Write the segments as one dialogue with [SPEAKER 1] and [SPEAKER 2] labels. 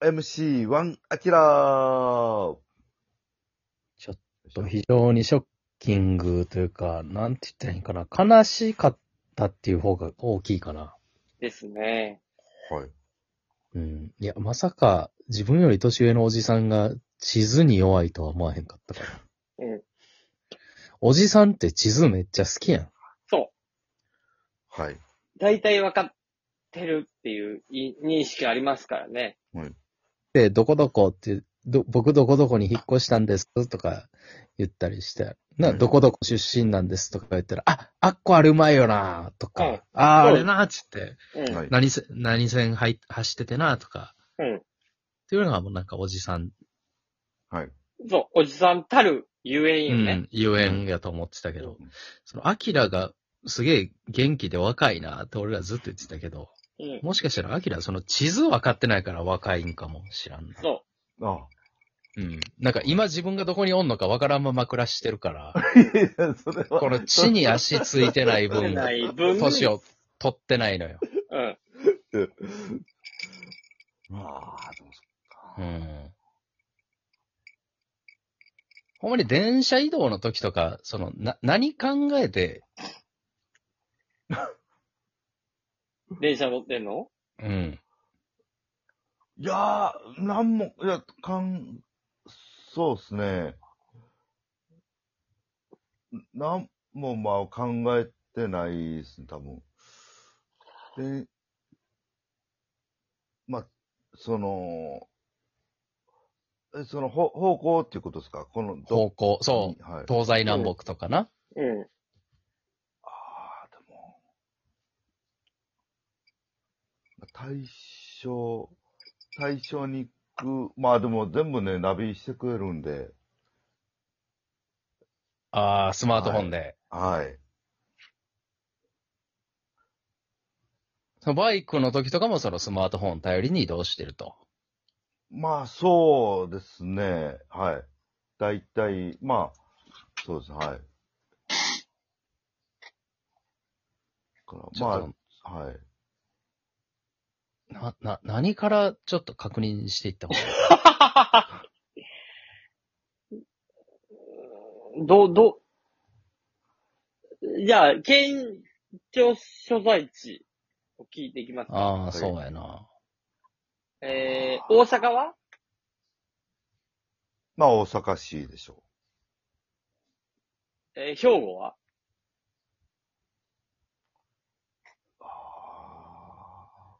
[SPEAKER 1] 4MC1 アキラー
[SPEAKER 2] ちょっと非常にショッキングというか、なんて言ったらいいんかな。悲しかったっていう方が大きいかな。
[SPEAKER 3] ですね。
[SPEAKER 1] はい。
[SPEAKER 2] うん。いや、まさか自分より年上のおじさんが地図に弱いとは思わへんかったから。
[SPEAKER 3] うん。
[SPEAKER 2] おじさんって地図めっちゃ好きやん。
[SPEAKER 3] そ
[SPEAKER 1] はい。
[SPEAKER 3] う。大体分かってるっていうい認識ありますからね。
[SPEAKER 2] で、どこどこって、ど僕どこどこに引っ越したんですとか言ったりして、な、
[SPEAKER 1] うん
[SPEAKER 2] どこどこ出身なんですとか言ったら、あ、あっこあれうまいよなとか、
[SPEAKER 3] うん
[SPEAKER 2] あー、
[SPEAKER 3] う
[SPEAKER 2] あ
[SPEAKER 3] ん
[SPEAKER 2] れなっつって、
[SPEAKER 3] うん。
[SPEAKER 1] はい
[SPEAKER 2] 何せ、何線入っ走っててなとか、
[SPEAKER 3] うん
[SPEAKER 2] っていうのがもうなんかおじさん、
[SPEAKER 1] はい。
[SPEAKER 3] そう、おじさんたるゆえんよ
[SPEAKER 2] う
[SPEAKER 3] ね。
[SPEAKER 2] ん、ゆえんやと思ってたけど、
[SPEAKER 1] うん
[SPEAKER 2] その、アキラがすげえ元気で若いなって俺らずっと言ってたけど、
[SPEAKER 3] うん。
[SPEAKER 2] もしかしたらアキラその地図分かってないから若いんかもしらんな。
[SPEAKER 3] そ。
[SPEAKER 1] あ
[SPEAKER 2] うん。なんか今自分がどこにおんのか分からんまま暮らしてるから、
[SPEAKER 1] あ。いや、それは。
[SPEAKER 2] この地に足ついてないう
[SPEAKER 3] 少
[SPEAKER 2] 分、
[SPEAKER 3] ない分。
[SPEAKER 2] 年を取ってないのよ。
[SPEAKER 3] うん。
[SPEAKER 1] まあ、でもそっか。
[SPEAKER 2] うん。ほんまに電車移動の時とか、その、な、何考えて、
[SPEAKER 3] 電車乗ってんの
[SPEAKER 2] うん。
[SPEAKER 1] いやー、なんも、いや、かん、そうっすね。なんも、まあ、考えてないっすね、多分。で、まあ、その、えその、ほ方向っていうことですかこの、
[SPEAKER 2] 方
[SPEAKER 1] 向
[SPEAKER 2] 向、そう。
[SPEAKER 1] う。はい。
[SPEAKER 2] 東西南北とかな。
[SPEAKER 3] うん。
[SPEAKER 1] ああ、でも、対象、対象に行く、まあでも全部ね、ナビしてくれるんで、
[SPEAKER 2] ああ、スマートフォンで。
[SPEAKER 1] はい。
[SPEAKER 2] そのバイクの時とかもそのスマートフォン頼りに移動してると。
[SPEAKER 1] まあそうですね、はい。大体、まあ、そうですね、はい。から
[SPEAKER 2] ちょっと
[SPEAKER 1] まあ、はい。
[SPEAKER 2] な、な、何からちょっと確認していった 方がいい
[SPEAKER 3] どう、どう、じゃあ、県庁所在地を聞いていきます。
[SPEAKER 2] ああ、そうやな。
[SPEAKER 3] えー、大阪は
[SPEAKER 1] まあ大阪市でしょ
[SPEAKER 3] えー、兵庫は
[SPEAKER 1] う。あ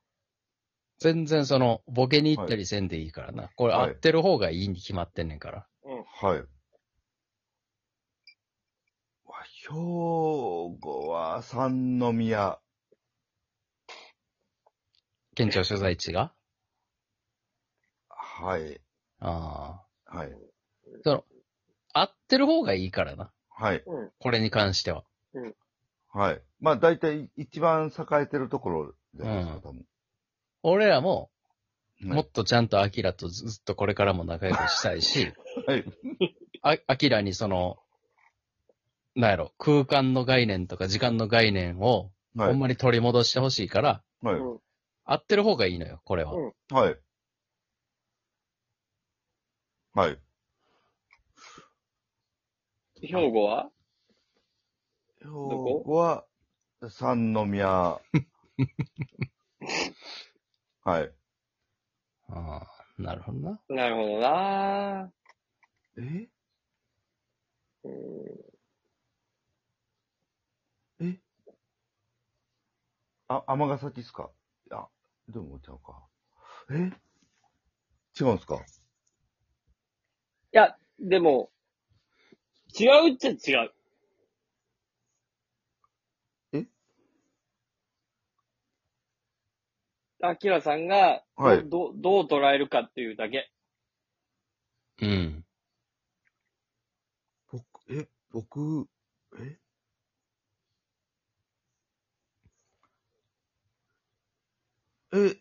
[SPEAKER 2] 全然その、ボケに行ったりせんでいいからな。これ合
[SPEAKER 1] はい
[SPEAKER 2] ってる方がいいに決まってんねんから。
[SPEAKER 1] あ、はい。わ兵庫は三宮。
[SPEAKER 2] 県庁所在地が
[SPEAKER 1] はい。
[SPEAKER 2] あ
[SPEAKER 1] はい。
[SPEAKER 2] あ。その、合ってる方がいいからな。
[SPEAKER 1] はい。
[SPEAKER 3] うん。
[SPEAKER 2] これに関しては。
[SPEAKER 1] はい。まあ、大体一番栄えてるところじゃないですか、多分。
[SPEAKER 2] 俺らも、
[SPEAKER 1] はい
[SPEAKER 2] もっとちゃんとアキラとずっとこれからも仲良くしたいし、
[SPEAKER 1] はい。
[SPEAKER 2] あ、アキラにその、なんやろ、空間の概念とか時間の概念を、
[SPEAKER 1] は
[SPEAKER 2] ほん
[SPEAKER 1] い。
[SPEAKER 2] まに取り戻してほしいから、
[SPEAKER 1] はい。
[SPEAKER 3] うん
[SPEAKER 2] 合ってる方がいいのよ、これは。
[SPEAKER 3] うん
[SPEAKER 1] はい。はい。
[SPEAKER 3] 兵庫は
[SPEAKER 1] 兵
[SPEAKER 3] こ
[SPEAKER 1] 庫は、三宮。はい。
[SPEAKER 2] ああ、なるほどな。
[SPEAKER 3] なるほどな
[SPEAKER 1] え
[SPEAKER 3] ぁ。うん
[SPEAKER 1] あ、尼崎っすかいや、でもちゃうか。え違うんすか
[SPEAKER 3] いや、でも、違うっちゃ違う。
[SPEAKER 1] え
[SPEAKER 3] アキラさんが、
[SPEAKER 1] はい
[SPEAKER 3] ど、ど、どう捉えるかっていうだけ。
[SPEAKER 2] うん。
[SPEAKER 1] 僕、え、僕、ええ、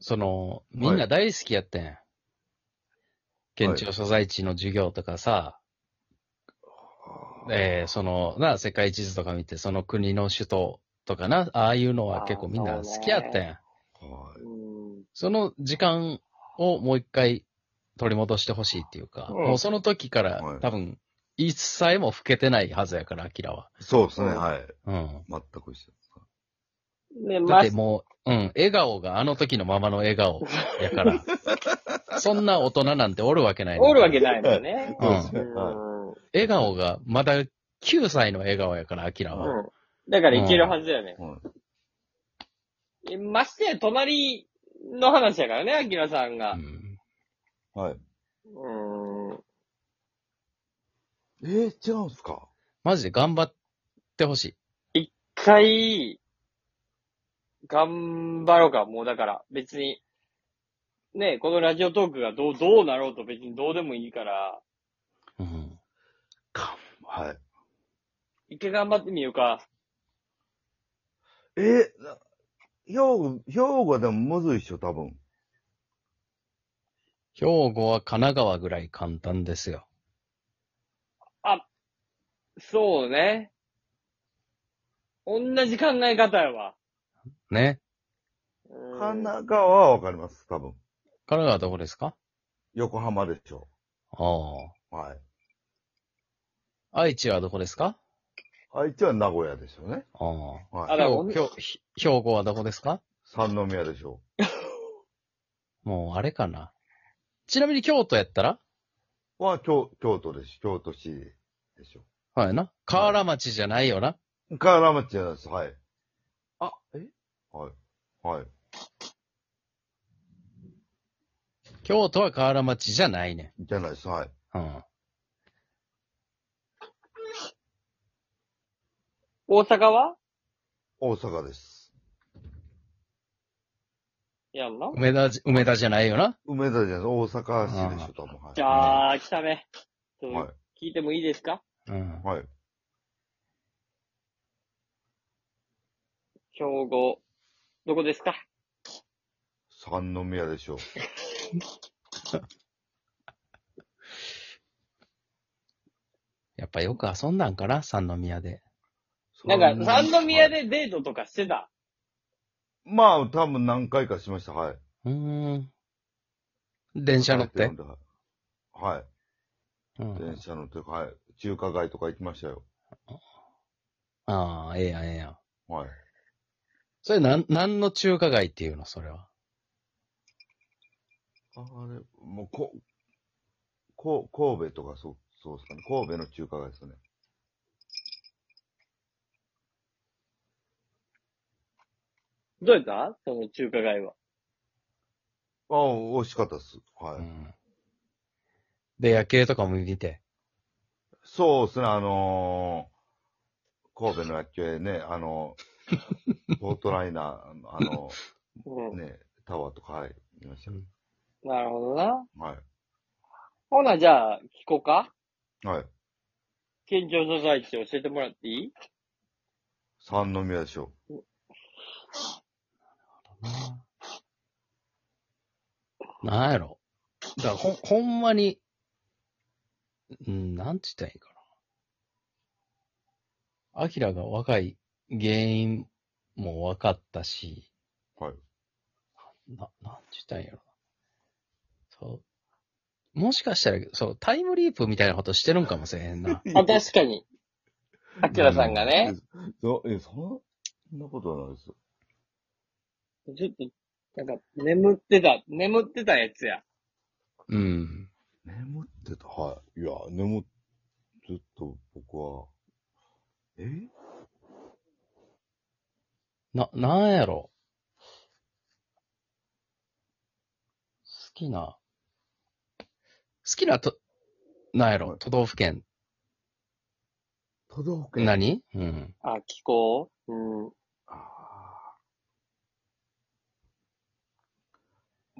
[SPEAKER 2] その、みんな大好きやってん。県庁所在地の授業とかさ、えーその、な、世界地図とか見て、その国の首都とかな、ああいうのは結構みんな好きやってん。
[SPEAKER 1] はい。
[SPEAKER 3] うん。
[SPEAKER 2] その時間をもう一回取り戻してほしいっていうか、
[SPEAKER 3] うん
[SPEAKER 2] もうその時から、
[SPEAKER 1] はい
[SPEAKER 2] 多分、一切も老けてないはずやから、アキラは。
[SPEAKER 1] そうですね、
[SPEAKER 3] うん
[SPEAKER 1] はい。
[SPEAKER 2] うん。
[SPEAKER 1] 全く一緒です。
[SPEAKER 2] だ
[SPEAKER 3] ね、
[SPEAKER 2] っ
[SPEAKER 3] ま
[SPEAKER 2] てもう、うん、笑顔があの時のままの笑顔や から、そんな大人なんておるわけない、
[SPEAKER 3] おるわけ
[SPEAKER 2] い。
[SPEAKER 3] ないもんね。
[SPEAKER 2] うん
[SPEAKER 1] そうですねはい
[SPEAKER 3] うん
[SPEAKER 2] 笑顔がまだ9歳の笑顔やから、アキラは。
[SPEAKER 3] うんだからいけるはずだよね。
[SPEAKER 1] はい
[SPEAKER 3] ましてや、隣の話やからね、アキラさんが
[SPEAKER 2] う。ん
[SPEAKER 1] はい。
[SPEAKER 3] うん。
[SPEAKER 1] えー、違うんすか
[SPEAKER 2] マジで頑張ってほしい。
[SPEAKER 3] 一回、頑張ろうか、もうだから、別に。ねこのラジオトークがどう、どうなろうと別にどうでもいいから、
[SPEAKER 2] うん。
[SPEAKER 1] はい。
[SPEAKER 3] 一回頑張ってみようか。
[SPEAKER 1] えー、な兵庫、兵庫でもむずいっしょ、多分。
[SPEAKER 2] 兵庫は神奈川ぐらい簡単ですよ。
[SPEAKER 3] そうね。同じ考え方やわ。
[SPEAKER 2] ね。
[SPEAKER 3] うん
[SPEAKER 1] 神奈川はわかります、多分。
[SPEAKER 2] 神奈川どこですか
[SPEAKER 1] 横浜でしょ
[SPEAKER 2] ああ。
[SPEAKER 1] う。はい。
[SPEAKER 2] 愛知はどこですか
[SPEAKER 1] 愛知は名古屋でしょうね。
[SPEAKER 2] ああ。
[SPEAKER 3] あ
[SPEAKER 1] はい。
[SPEAKER 3] ら
[SPEAKER 2] 兵兵兵庫はどこですか
[SPEAKER 1] 三宮でしょ
[SPEAKER 2] もうあれかな。ちなみに京都やったら
[SPEAKER 1] う。は、京、京都でしょ。京都市でしょ
[SPEAKER 2] はいな。河原町じゃないよな。
[SPEAKER 1] う。河原町じゃないです。はい。あ、えはい。はい。
[SPEAKER 2] 京都は河原町じゃないね。
[SPEAKER 1] じゃないです。はい。
[SPEAKER 2] うん。
[SPEAKER 3] 大阪は
[SPEAKER 1] 大阪です。
[SPEAKER 3] やんな。
[SPEAKER 2] 梅田じ、梅田じゃないよな。
[SPEAKER 1] 梅田じゃないです。大阪市でしょ、多分。はい。
[SPEAKER 3] じゃあ、来たね。ちょっ
[SPEAKER 1] は
[SPEAKER 3] と聞いてもいいですか
[SPEAKER 2] うん
[SPEAKER 1] い。。はい。
[SPEAKER 3] 兵庫。どこですか
[SPEAKER 1] 三宮でしょう。
[SPEAKER 2] やっぱよく遊んだんかな三宮で。
[SPEAKER 3] なんか、三宮
[SPEAKER 1] はい
[SPEAKER 3] でデートとかしてた。
[SPEAKER 1] まあ、多分何回かしました。はい。
[SPEAKER 2] うーん。電車乗って。
[SPEAKER 1] はい。
[SPEAKER 2] う
[SPEAKER 1] 電
[SPEAKER 2] ん。
[SPEAKER 1] 車乗って、はい。中華街とか行きましたよ。
[SPEAKER 2] ああ、ええやん、ええやん。
[SPEAKER 1] はい。
[SPEAKER 2] それなん、なんの中華街っていうのそれは。
[SPEAKER 1] あれ、もう、こ、こ、神戸とかそう、そうですかね。神戸の中華街ですね。
[SPEAKER 3] どうやったその中華街は。
[SPEAKER 1] ああ、惜しかったです。はい。
[SPEAKER 2] うん。で、夜景とかも見て。
[SPEAKER 1] そうですね、あのー、神戸の野球でね、あ のー、フォートライナー、あの
[SPEAKER 3] う
[SPEAKER 1] ー、ね、タワーとか、はい、見ましたよ。
[SPEAKER 3] ん。なるほどな。
[SPEAKER 1] は
[SPEAKER 3] ほな、じゃあ、聞こうか。
[SPEAKER 1] い。はい。
[SPEAKER 3] 県庁所在地教えてもらっていい
[SPEAKER 1] 三宮でしょ。
[SPEAKER 2] なんやろ。だからほん、ほんまに、うん、なんて言ったらいいかな。アキラが若い原因も分かったし、
[SPEAKER 1] はい。
[SPEAKER 2] な、なんて言ったらいいんやろな。そう。もしかしたら、そう、タイムリープみたいなことしてるんかもしれへん な。
[SPEAKER 3] あ、確かに。アキラさんがね。
[SPEAKER 1] そ、え、そんなことはないです。
[SPEAKER 3] ちょっと、なんか、眠ってた、眠ってたやつや。
[SPEAKER 2] うん。
[SPEAKER 1] 眠ってた。はい。いや、眠っ、ずっと僕は、え
[SPEAKER 2] な、なんやろ。好きな、好きなと、なんやろ、都道府県。
[SPEAKER 1] 都道府県。
[SPEAKER 2] 何うん。
[SPEAKER 3] あ、気候うん。
[SPEAKER 1] あー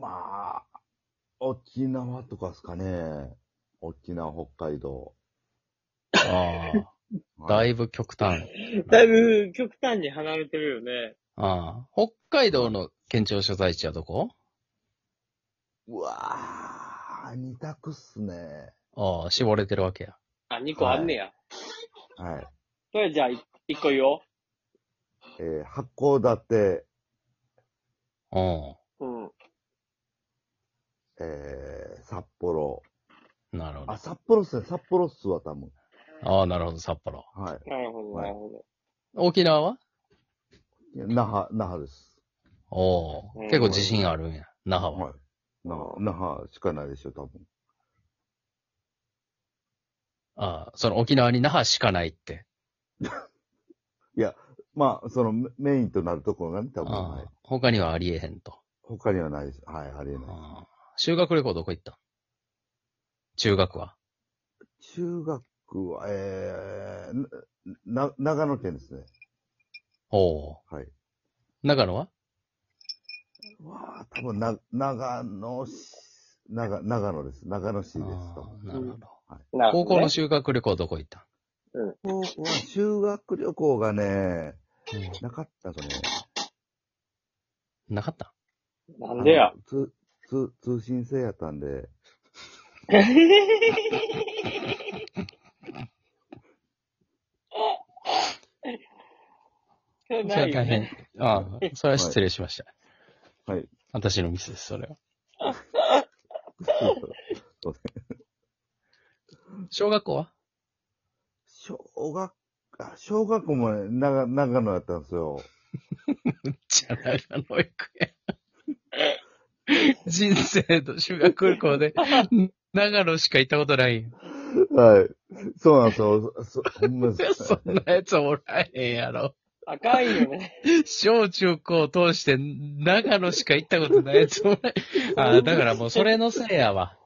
[SPEAKER 1] まあ、沖縄とかですかね。沖縄、北海道。
[SPEAKER 2] あ あ、だ
[SPEAKER 1] い
[SPEAKER 2] いぶ極端。
[SPEAKER 3] だいぶ極端に離れてるよね。
[SPEAKER 2] ああ、北海道の県庁所在地はどこ
[SPEAKER 1] うわー、二択っすね。
[SPEAKER 2] ああ、絞れてるわけや。
[SPEAKER 3] あ、2個あんねや。
[SPEAKER 1] はい。
[SPEAKER 3] それじゃあ、い一個言お
[SPEAKER 1] えー、函館、
[SPEAKER 2] うん。
[SPEAKER 3] う。うん。
[SPEAKER 1] 札幌。
[SPEAKER 2] なるほ
[SPEAKER 1] あ、
[SPEAKER 2] ど。
[SPEAKER 1] 札幌っすね。札幌っすわ、多分。
[SPEAKER 2] ああ、なるほど、札幌。
[SPEAKER 1] はい。
[SPEAKER 3] なるほど、なるほ
[SPEAKER 2] 沖縄はい
[SPEAKER 1] や那覇、那覇です。
[SPEAKER 2] おお、
[SPEAKER 3] うん
[SPEAKER 2] 結構自信あるんや。那覇は。
[SPEAKER 1] はい。那覇、那覇しかないでしょ、多分。
[SPEAKER 2] ああ、その沖縄に那覇しかないって。
[SPEAKER 1] まあ、そのメメインとなるところがね、多分、
[SPEAKER 2] あ
[SPEAKER 1] はい
[SPEAKER 2] あ、他にはありえへんと。
[SPEAKER 1] 他にはないです。はい、ありえない。
[SPEAKER 2] ああ修学旅行どこ行ったん中学は。
[SPEAKER 1] 中学は、えー、な、長野県ですね。
[SPEAKER 2] おお
[SPEAKER 1] はい。
[SPEAKER 2] う。長野は
[SPEAKER 1] わあ、多分な、長野市、長、長野です。長野市です。多
[SPEAKER 2] あ
[SPEAKER 1] 分
[SPEAKER 2] あなるほど。
[SPEAKER 3] ど。なる
[SPEAKER 2] 高
[SPEAKER 3] ほど
[SPEAKER 2] 校
[SPEAKER 3] ね
[SPEAKER 2] の修学旅行どこ行った
[SPEAKER 1] ここは修学旅行がね、なかったかね。
[SPEAKER 2] んなかった
[SPEAKER 3] なんで や
[SPEAKER 1] あ。の。通、通、通信制やったんで、
[SPEAKER 2] それは大変。ああ、それは失礼しました。
[SPEAKER 1] はい。
[SPEAKER 2] 私のミスです、それは。小学校は
[SPEAKER 1] 小学、あ小学校もね、長、長野やったんですよ。
[SPEAKER 2] じゃあ長野行くやん。 人生の修学旅行で、長野しか行ったことないん
[SPEAKER 1] はい。そうなんですよ。そ、ほんまで
[SPEAKER 2] や。
[SPEAKER 1] す。
[SPEAKER 2] そんなやつおらへんやろ。
[SPEAKER 3] 赤いよね。
[SPEAKER 2] 小中高通して長野しか行ったことないやつもない。ああ、だからもうそれのせいやわ。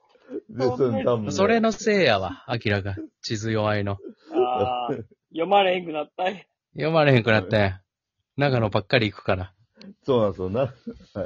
[SPEAKER 1] でその多分ね
[SPEAKER 2] それのせいやわ。明らか。地図弱いの。
[SPEAKER 3] ああ、読まれへんくなったんや。
[SPEAKER 2] 読まれへんくなったやん。長野ばっかり行くから。
[SPEAKER 1] そうなんですよ。な、はい。